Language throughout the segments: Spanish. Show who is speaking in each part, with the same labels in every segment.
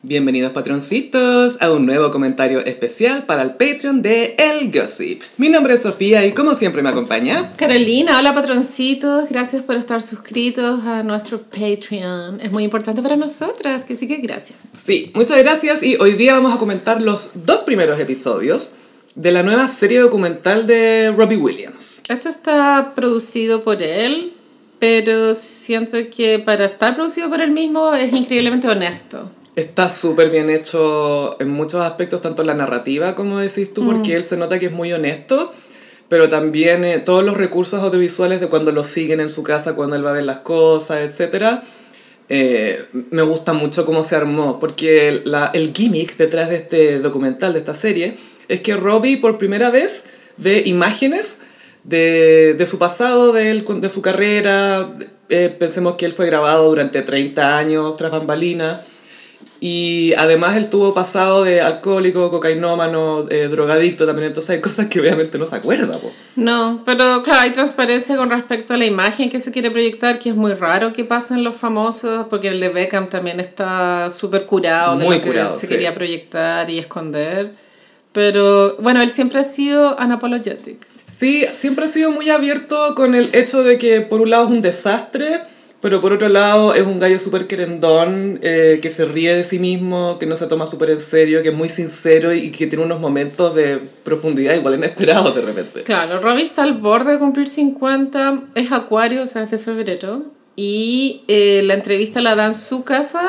Speaker 1: Bienvenidos patroncitos a un nuevo comentario especial para el Patreon de El Gossip. Mi nombre es Sofía y como siempre me acompaña.
Speaker 2: Carolina, hola patroncitos, gracias por estar suscritos a nuestro Patreon. Es muy importante para nosotras, que sí que gracias.
Speaker 1: Sí, muchas gracias y hoy día vamos a comentar los dos primeros episodios de la nueva serie documental de Robbie Williams.
Speaker 2: Esto está producido por él, pero siento que para estar producido por él mismo es increíblemente honesto.
Speaker 1: Está súper bien hecho en muchos aspectos, tanto en la narrativa como decís tú, porque él se nota que es muy honesto, pero también eh, todos los recursos audiovisuales de cuando lo siguen en su casa, cuando él va a ver las cosas, etcétera eh, me gusta mucho cómo se armó, porque la- el gimmick detrás de este documental, de esta serie, es que Robbie por primera vez ve imágenes de, de su pasado, de, él, de su carrera. Eh, pensemos que él fue grabado durante 30 años tras bambalinas. Y además él tuvo pasado de alcohólico, cocainómano, eh, drogadicto también, entonces hay cosas que obviamente no se acuerda. po.
Speaker 2: No, pero claro, hay transparencia con respecto a la imagen que se quiere proyectar, que es muy raro que pasen los famosos, porque el de Beckham también está súper curado de
Speaker 1: Muy
Speaker 2: lo que
Speaker 1: curado,
Speaker 2: se
Speaker 1: sí.
Speaker 2: quería proyectar y esconder. Pero bueno, él siempre ha sido unapologetic.
Speaker 1: Sí, siempre ha sido muy abierto con el hecho de que por un lado es un desastre, pero por otro lado es un gallo súper querendón, eh, que se ríe de sí mismo, que no se toma súper en serio, que es muy sincero y que tiene unos momentos de profundidad igual inesperados de repente.
Speaker 2: Claro, Robbie está al borde de cumplir 50, es acuario, o sea, es de febrero. Y eh, la entrevista la dan en su casa.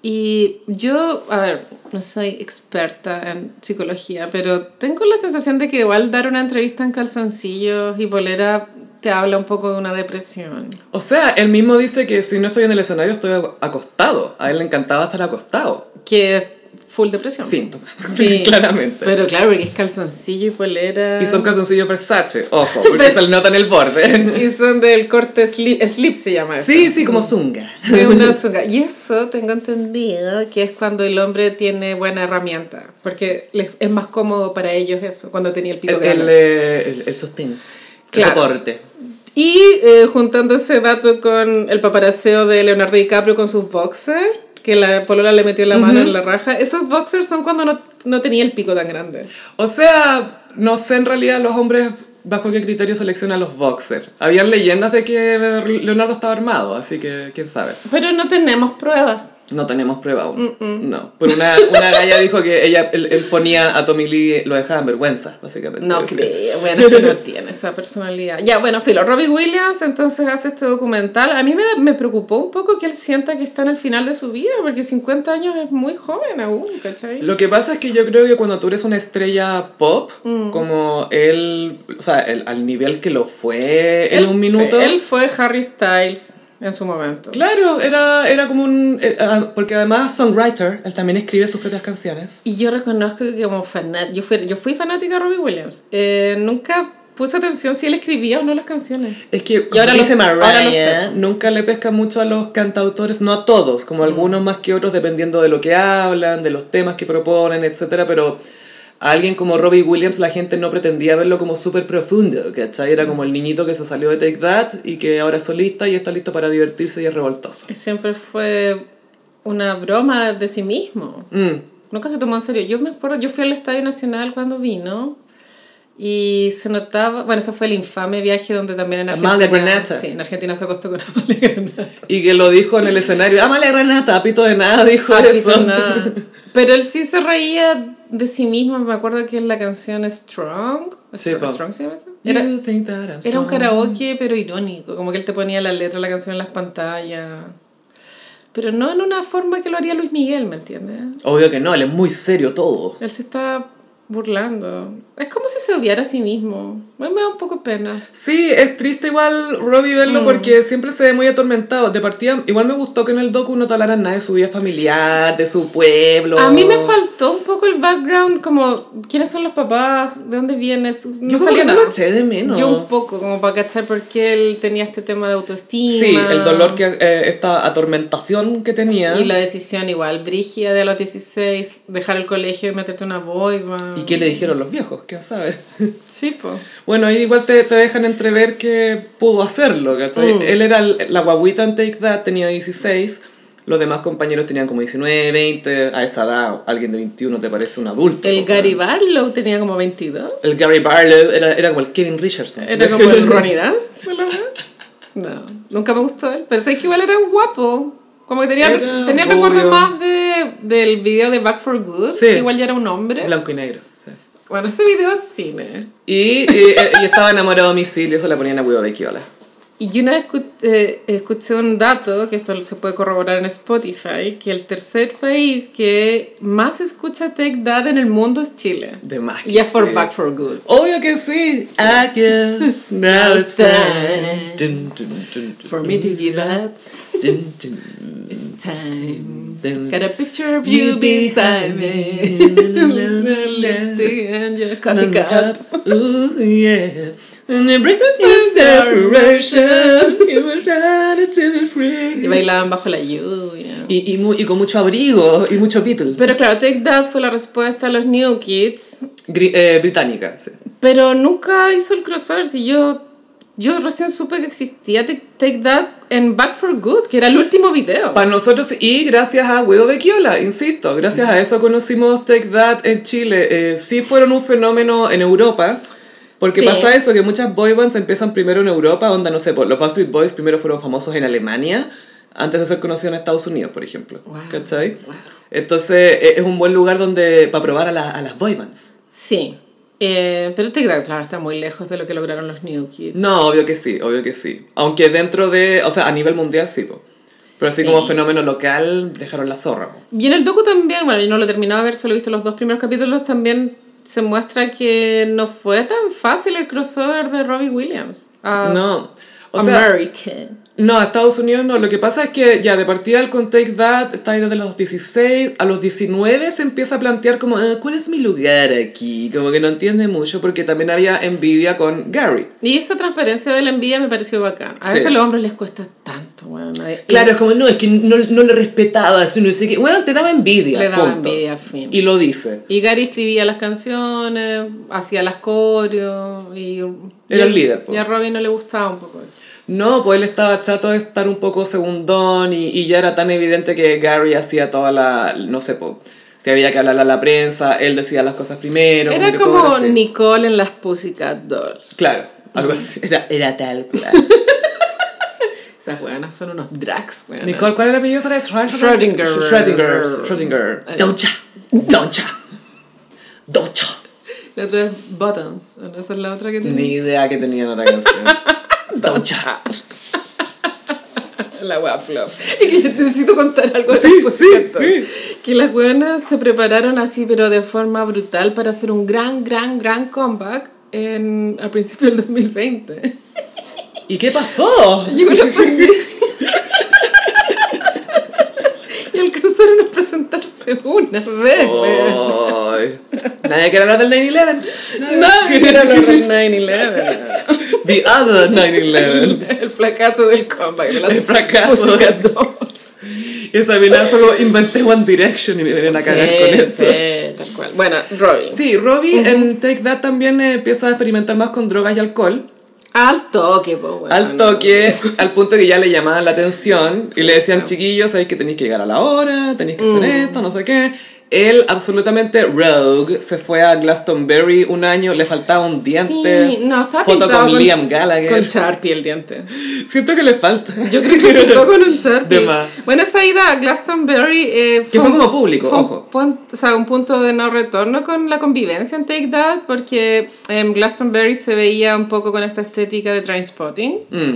Speaker 2: Y yo, a ver, no soy experta en psicología, pero tengo la sensación de que igual dar una entrevista en calzoncillos y polera te habla un poco de una depresión.
Speaker 1: O sea, él mismo dice que si no estoy en el escenario estoy acostado. A él le encantaba estar acostado.
Speaker 2: Que es full depresión.
Speaker 1: Síntomas,
Speaker 2: Sí,
Speaker 1: claramente.
Speaker 2: Pero claro, porque es calzoncillo y polera.
Speaker 1: Y son calzoncillos Versace, ojo, porque se le nota en el borde.
Speaker 2: y son del corte slip, slip se llama eso.
Speaker 1: Sí, sí, como zunga.
Speaker 2: Sí, una azúcar. Y eso tengo entendido que es cuando el hombre tiene buena herramienta, porque les, es más cómodo para ellos eso, cuando tenía el pico
Speaker 1: El,
Speaker 2: grande.
Speaker 1: el, eh, el- el sostén,
Speaker 2: Claro.
Speaker 1: el soporte.
Speaker 2: Y eh, juntando ese dato con el paparaceo de Leonardo DiCaprio con sus boxers, que la polola le metió la mano en la raja, esos boxers son cuando no, no tenía el pico tan grande.
Speaker 1: O sea, no sé en realidad los hombres bajo qué criterio seleccionan los boxers. Habían leyendas de que Leonardo estaba armado, así que quién sabe.
Speaker 2: Pero no tenemos pruebas.
Speaker 1: No tenemos prueba aún. No. Pero una, una galla dijo que ella, él, él ponía a Tommy Lee, lo dejaba en vergüenza, básicamente.
Speaker 2: No
Speaker 1: Así que-
Speaker 2: creo, bueno, eso no tiene esa personalidad. Ya, bueno, filo, Robbie Williams entonces hace este documental. A mí me, me preocupó un poco que él sienta que está en el final de su vida, porque 50 años es muy joven aún, ¿cachai?
Speaker 1: Lo que pasa es que yo creo que cuando tú eres una estrella pop,
Speaker 2: Mm.
Speaker 1: como él, o sea, él- al nivel que lo fue en
Speaker 2: Él-
Speaker 1: un minuto.
Speaker 2: sí, él fue Harry Styles en su momento.
Speaker 1: Claro, era, era como un... era- porque además songwriter, él también escribe sus propias canciones.
Speaker 2: Y yo reconozco que como fanática, yo fui, yo fui fanática de Robbie Williams. Eh, nunca puse atención si él escribía o no las canciones.
Speaker 1: Es que
Speaker 2: Y ahora lo-
Speaker 1: dice
Speaker 2: ahora lo
Speaker 1: Mariah,
Speaker 2: sé.
Speaker 1: nunca le pesca mucho a los cantautores, no a todos, como algunos más que otros, dependiendo de lo que hablan, de los temas que proponen, etcétera, pero a alguien como Robbie Williams la gente no pretendía verlo como súper profundo, ¿cachai? Era como el niñito que se salió de Take That y que ahora es solista y está listo para divertirse y es revoltoso.
Speaker 2: Y Siempre fue una broma de sí mismo.
Speaker 1: Mm.
Speaker 2: Nunca se tomó en serio. Yo me acuerdo, yo fui al Estadio Nacional cuando vino y se notaba, bueno, ese fue el infame viaje donde también en Argentina.
Speaker 1: Amalia Granata.
Speaker 2: Sí, en Argentina se acostó con Amalia Granata.
Speaker 1: Y que lo dijo en el escenario, ¡Ámale Renata! Pito de nada, dijo
Speaker 2: Ah, sí,
Speaker 1: eso.
Speaker 2: pues nada. Pero él sí se reía de sí mismo. Me acuerdo que en la canción Strong.
Speaker 1: Sí,
Speaker 2: ¿Strong,
Speaker 1: po.
Speaker 2: Strong se llama esa? Era,
Speaker 1: You think that I'm
Speaker 2: era
Speaker 1: strong.
Speaker 2: un karaoke, pero irónico. Como que él te ponía la letra de la canción en las pantallas. Pero no en una forma que lo haría Luis Miguel, ¿me entiendes?
Speaker 1: Obvio que no, él es muy serio todo.
Speaker 2: Él se está burlando. Es como si se odiara a sí mismo. Bueno, me da un poco pena.
Speaker 1: Sí, es triste igual Robbie
Speaker 2: Mm.
Speaker 1: verlo porque siempre se ve muy atormentado. De partida, igual me gustó que en el docu no te hablaran nada de su vida familiar, de su pueblo.
Speaker 2: A mí me faltó un poco el background, como quiénes son los papás, de dónde vienes. No
Speaker 1: Yo como que
Speaker 2: salía
Speaker 1: no
Speaker 2: nada.
Speaker 1: lo eché de menos.
Speaker 2: Yo un poco, como para cachar por qué él tenía este tema de autoestima.
Speaker 1: Sí, el dolor que, eh, esta atormentación que tenía.
Speaker 2: Y la decisión igual, brígida de a los 16, dejar el colegio y meterte en una boy band.
Speaker 1: ¿Y qué le dijeron los viejos? ¿Quién sabe?
Speaker 2: Sí, pues.
Speaker 1: Bueno, ahí igual te, te dejan entrever
Speaker 2: Mm.
Speaker 1: que pudo hacerlo, ¿cachai? Él era el- la guaguita en Take That, tenía 16, Los demás compañeros tenían como 19, 20. A esa edad, alguien de 21 te parece un adulto. pues,
Speaker 2: El
Speaker 1: o sea.
Speaker 2: Gary Barlow tenía como 22.
Speaker 1: El Gary Barlow era, era como el Kevin Richardson.
Speaker 2: Era como el Ronnie Dance. de la wea. No, nunca me gustó él. Pero sé que igual era guapo. Como que tenía,
Speaker 1: Era
Speaker 2: tenía
Speaker 1: rubio.
Speaker 2: recuerdos más de, del video de Back for Good.
Speaker 1: Sí.
Speaker 2: Que igual ya era un hombre.
Speaker 1: Blanco y negro. sí.
Speaker 2: Bueno, ese video es cine.
Speaker 1: Y, y, y estaba enamorado de domicilio, eso la ponían a huevo de Kiola.
Speaker 2: Y yo una vez escu- eh, escuché un dato, que esto se puede corroborar en Spotify, que el tercer país que más escucha Tech Dad en el mundo es Chile.
Speaker 1: De más que
Speaker 2: Y es por
Speaker 1: sí.
Speaker 2: Back for Good.
Speaker 1: Obvio que sí. I guess now
Speaker 2: it's time.
Speaker 1: Dun, dun, dun, dun,
Speaker 2: For me to give up,
Speaker 1: dun, dun,
Speaker 2: it's time.
Speaker 1: dun.
Speaker 2: Got a picture of you beside me. Lipstick and your coffee cup.
Speaker 1: Ooh, yeah. And then break the separation. You were ready to be free.
Speaker 2: Y bailaban bajo la lluvia.
Speaker 1: Y, y, mu- y con mucho abrigo y mucho Beatle.
Speaker 2: Pero claro, Take That fue la respuesta a los New Kids.
Speaker 1: Gri- eh, británica, sí.
Speaker 2: Pero nunca hizo el crossover. Si yo, yo recién supe que existía Take, Take That en Back for Good, que era el último video.
Speaker 1: Para nosotros, y gracias a Huevo Bequiola, insisto, gracias a eso conocimos Take That en Chile. Eh, sí fueron un fenómeno en Europa, porque
Speaker 2: Sí.
Speaker 1: pasa eso, que muchas boy bands empiezan primero en Europa, onda, no sé, por- los Backstreet Boys primero fueron famosos en Alemania, antes de ser conocidos en Estados Unidos, por ejemplo.
Speaker 2: Wow.
Speaker 1: ¿Cachai? Entonces, e- es un buen lugar donde para probar a, la- a las boy bands.
Speaker 2: Sí. Eh, pero Take That, claro, está muy lejos de lo que lograron los New Kids.
Speaker 1: No, obvio que sí, obvio que sí. Aunque dentro de, o sea, a nivel mundial sí, po. pero así
Speaker 2: Sí.
Speaker 1: como fenómeno local, dejaron la zorra. po.
Speaker 2: Y en el docu también, bueno, yo no lo he terminado de ver, solo he visto los dos primeros capítulos, también se muestra que no fue tan fácil el crossover de Robbie Williams. Ah, A,
Speaker 1: no. O sea,
Speaker 2: American.
Speaker 1: No, a Estados Unidos no. Lo que pasa es que ya de partida el con Take That está ahí desde los 16, a los 19 se empieza a plantear como, "Ah, ¿cuál es mi lugar aquí? Como que no entiende mucho porque también había envidia con Gary.
Speaker 2: Y esa transparencia de la envidia me pareció bacán. A
Speaker 1: Sí.
Speaker 2: veces a los hombres les cuesta tanto, bueno. eh,
Speaker 1: Claro, es como, no, es que no, no le respetabas, no sé qué. Bueno, te daba envidia.
Speaker 2: Le daba
Speaker 1: punto.
Speaker 2: envidia, fin.
Speaker 1: Y lo dice.
Speaker 2: Y Gary escribía las canciones, hacía las coreos y...
Speaker 1: Era
Speaker 2: y a-
Speaker 1: el líder, po.
Speaker 2: Y a Robbie no le gustaba un poco eso.
Speaker 1: No, pues él estaba chato de estar un poco segundón y, y ya era tan evidente que Gary hacía toda la, no sé, po, si había que hablarle a la prensa, él decía las cosas primero.
Speaker 2: Era
Speaker 1: que todo
Speaker 2: como
Speaker 1: así.
Speaker 2: Nicole en las Pussycat Dolls.
Speaker 1: Claro, algo así. Era, era tal cual.
Speaker 2: Esas buenas son unos drags, weón.
Speaker 1: Nicole, ¿cuál es el apellido? ¿Era Schrödinger?
Speaker 2: Schrödinger.
Speaker 1: Schrödinger. Schrödinger. Doncha. Doncha. Doncha.
Speaker 2: La otra es Buttons. ¿o no? Esa es la otra que tiene.
Speaker 1: Ni idea que tenía la canción. Doncha.
Speaker 2: La wea flop. Y que yo necesito contar algo de
Speaker 1: Sí,
Speaker 2: las Pussycat
Speaker 1: sí,
Speaker 2: Dolls.
Speaker 1: sí.
Speaker 2: Que las buenas se prepararon así, pero de forma brutal, para hacer un gran, gran, gran comeback en, al principio del 2020.
Speaker 1: ¿Y qué pasó?
Speaker 2: Llegó la pandemia. y alcanzaron a presentarse una vez,
Speaker 1: Oh.
Speaker 2: weón.
Speaker 1: Ay. Nadie quiere hablar del 9-11.
Speaker 2: Nadie era la 9-11.
Speaker 1: The other 9-11.
Speaker 2: El fracaso del comeback de las
Speaker 1: El fracaso.
Speaker 2: Pussycat Dolls.
Speaker 1: Y esa mina fue como, inventé One Direction y me vienen a cagar con
Speaker 2: Sí,
Speaker 1: eso.
Speaker 2: sí, tal cual. Bueno, Robin.
Speaker 1: Sí, Robbie en Take That también eh, empieza a experimentar más con drogas y alcohol.
Speaker 2: Al toque, po, weón.
Speaker 1: Al toque, al punto que ya le llamaban la atención y le decían, chiquillos, sabéis que tenéis que llegar a la hora, tenéis que hacer
Speaker 2: Mm.
Speaker 1: esto, no sé qué. Él, absolutamente rogue, se fue a Glastonbury un año, le faltaba un diente.
Speaker 2: Sí, no, estaba
Speaker 1: Foto
Speaker 2: pintado
Speaker 1: con, Liam Gallagher.
Speaker 2: Con Sharpie el diente.
Speaker 1: Siento que le falta.
Speaker 2: Yo creo que se hizo con un Sharpie.
Speaker 1: De más.
Speaker 2: Bueno, esa ida a Glastonbury eh,
Speaker 1: Que fue
Speaker 2: un-
Speaker 1: como público,
Speaker 2: fue un
Speaker 1: ojo.
Speaker 2: pun- o sea, un punto de no retorno con la convivencia en Take That, porque en Glastonbury se veía un poco con esta estética de Trainspotting.
Speaker 1: Mm.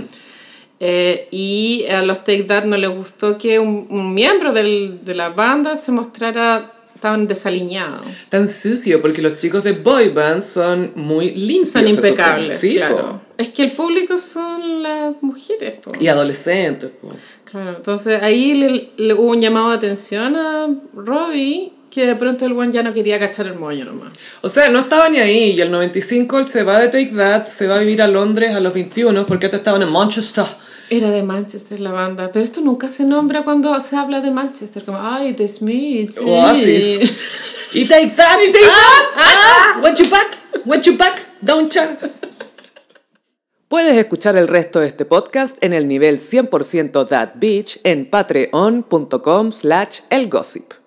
Speaker 2: Eh, y a los Take That no les gustó que un, un miembro del- de la banda se mostrara tan desaliñado.
Speaker 1: Tan sucio, porque los chicos de boy band son muy limpios.
Speaker 2: Son
Speaker 1: se supone.
Speaker 2: impecables,
Speaker 1: Sí,
Speaker 2: claro.
Speaker 1: po.
Speaker 2: Es que el público son las mujeres, po.
Speaker 1: Y adolescentes. po.
Speaker 2: Claro, entonces ahí le, le hubo un llamado de atención a Robbie que de pronto el buen ya no quería cachar el moño nomás.
Speaker 1: O sea, no estaba ni ahí. Y el 95 él se va de Take That, se va a vivir a Londres a los 21, porque antes estaban en Manchester.
Speaker 2: Era de Manchester la banda, pero esto nunca se nombra cuando se habla de Manchester, como, ay, The Smiths.
Speaker 1: Oh, Oasis.
Speaker 2: eh".
Speaker 1: Y Take That, ah, y Take That. Ah, ah, what you back, what you back, don't chat. Puedes escuchar el resto de este podcast en el nivel 100% That Beach en patreon.com slash elgossip.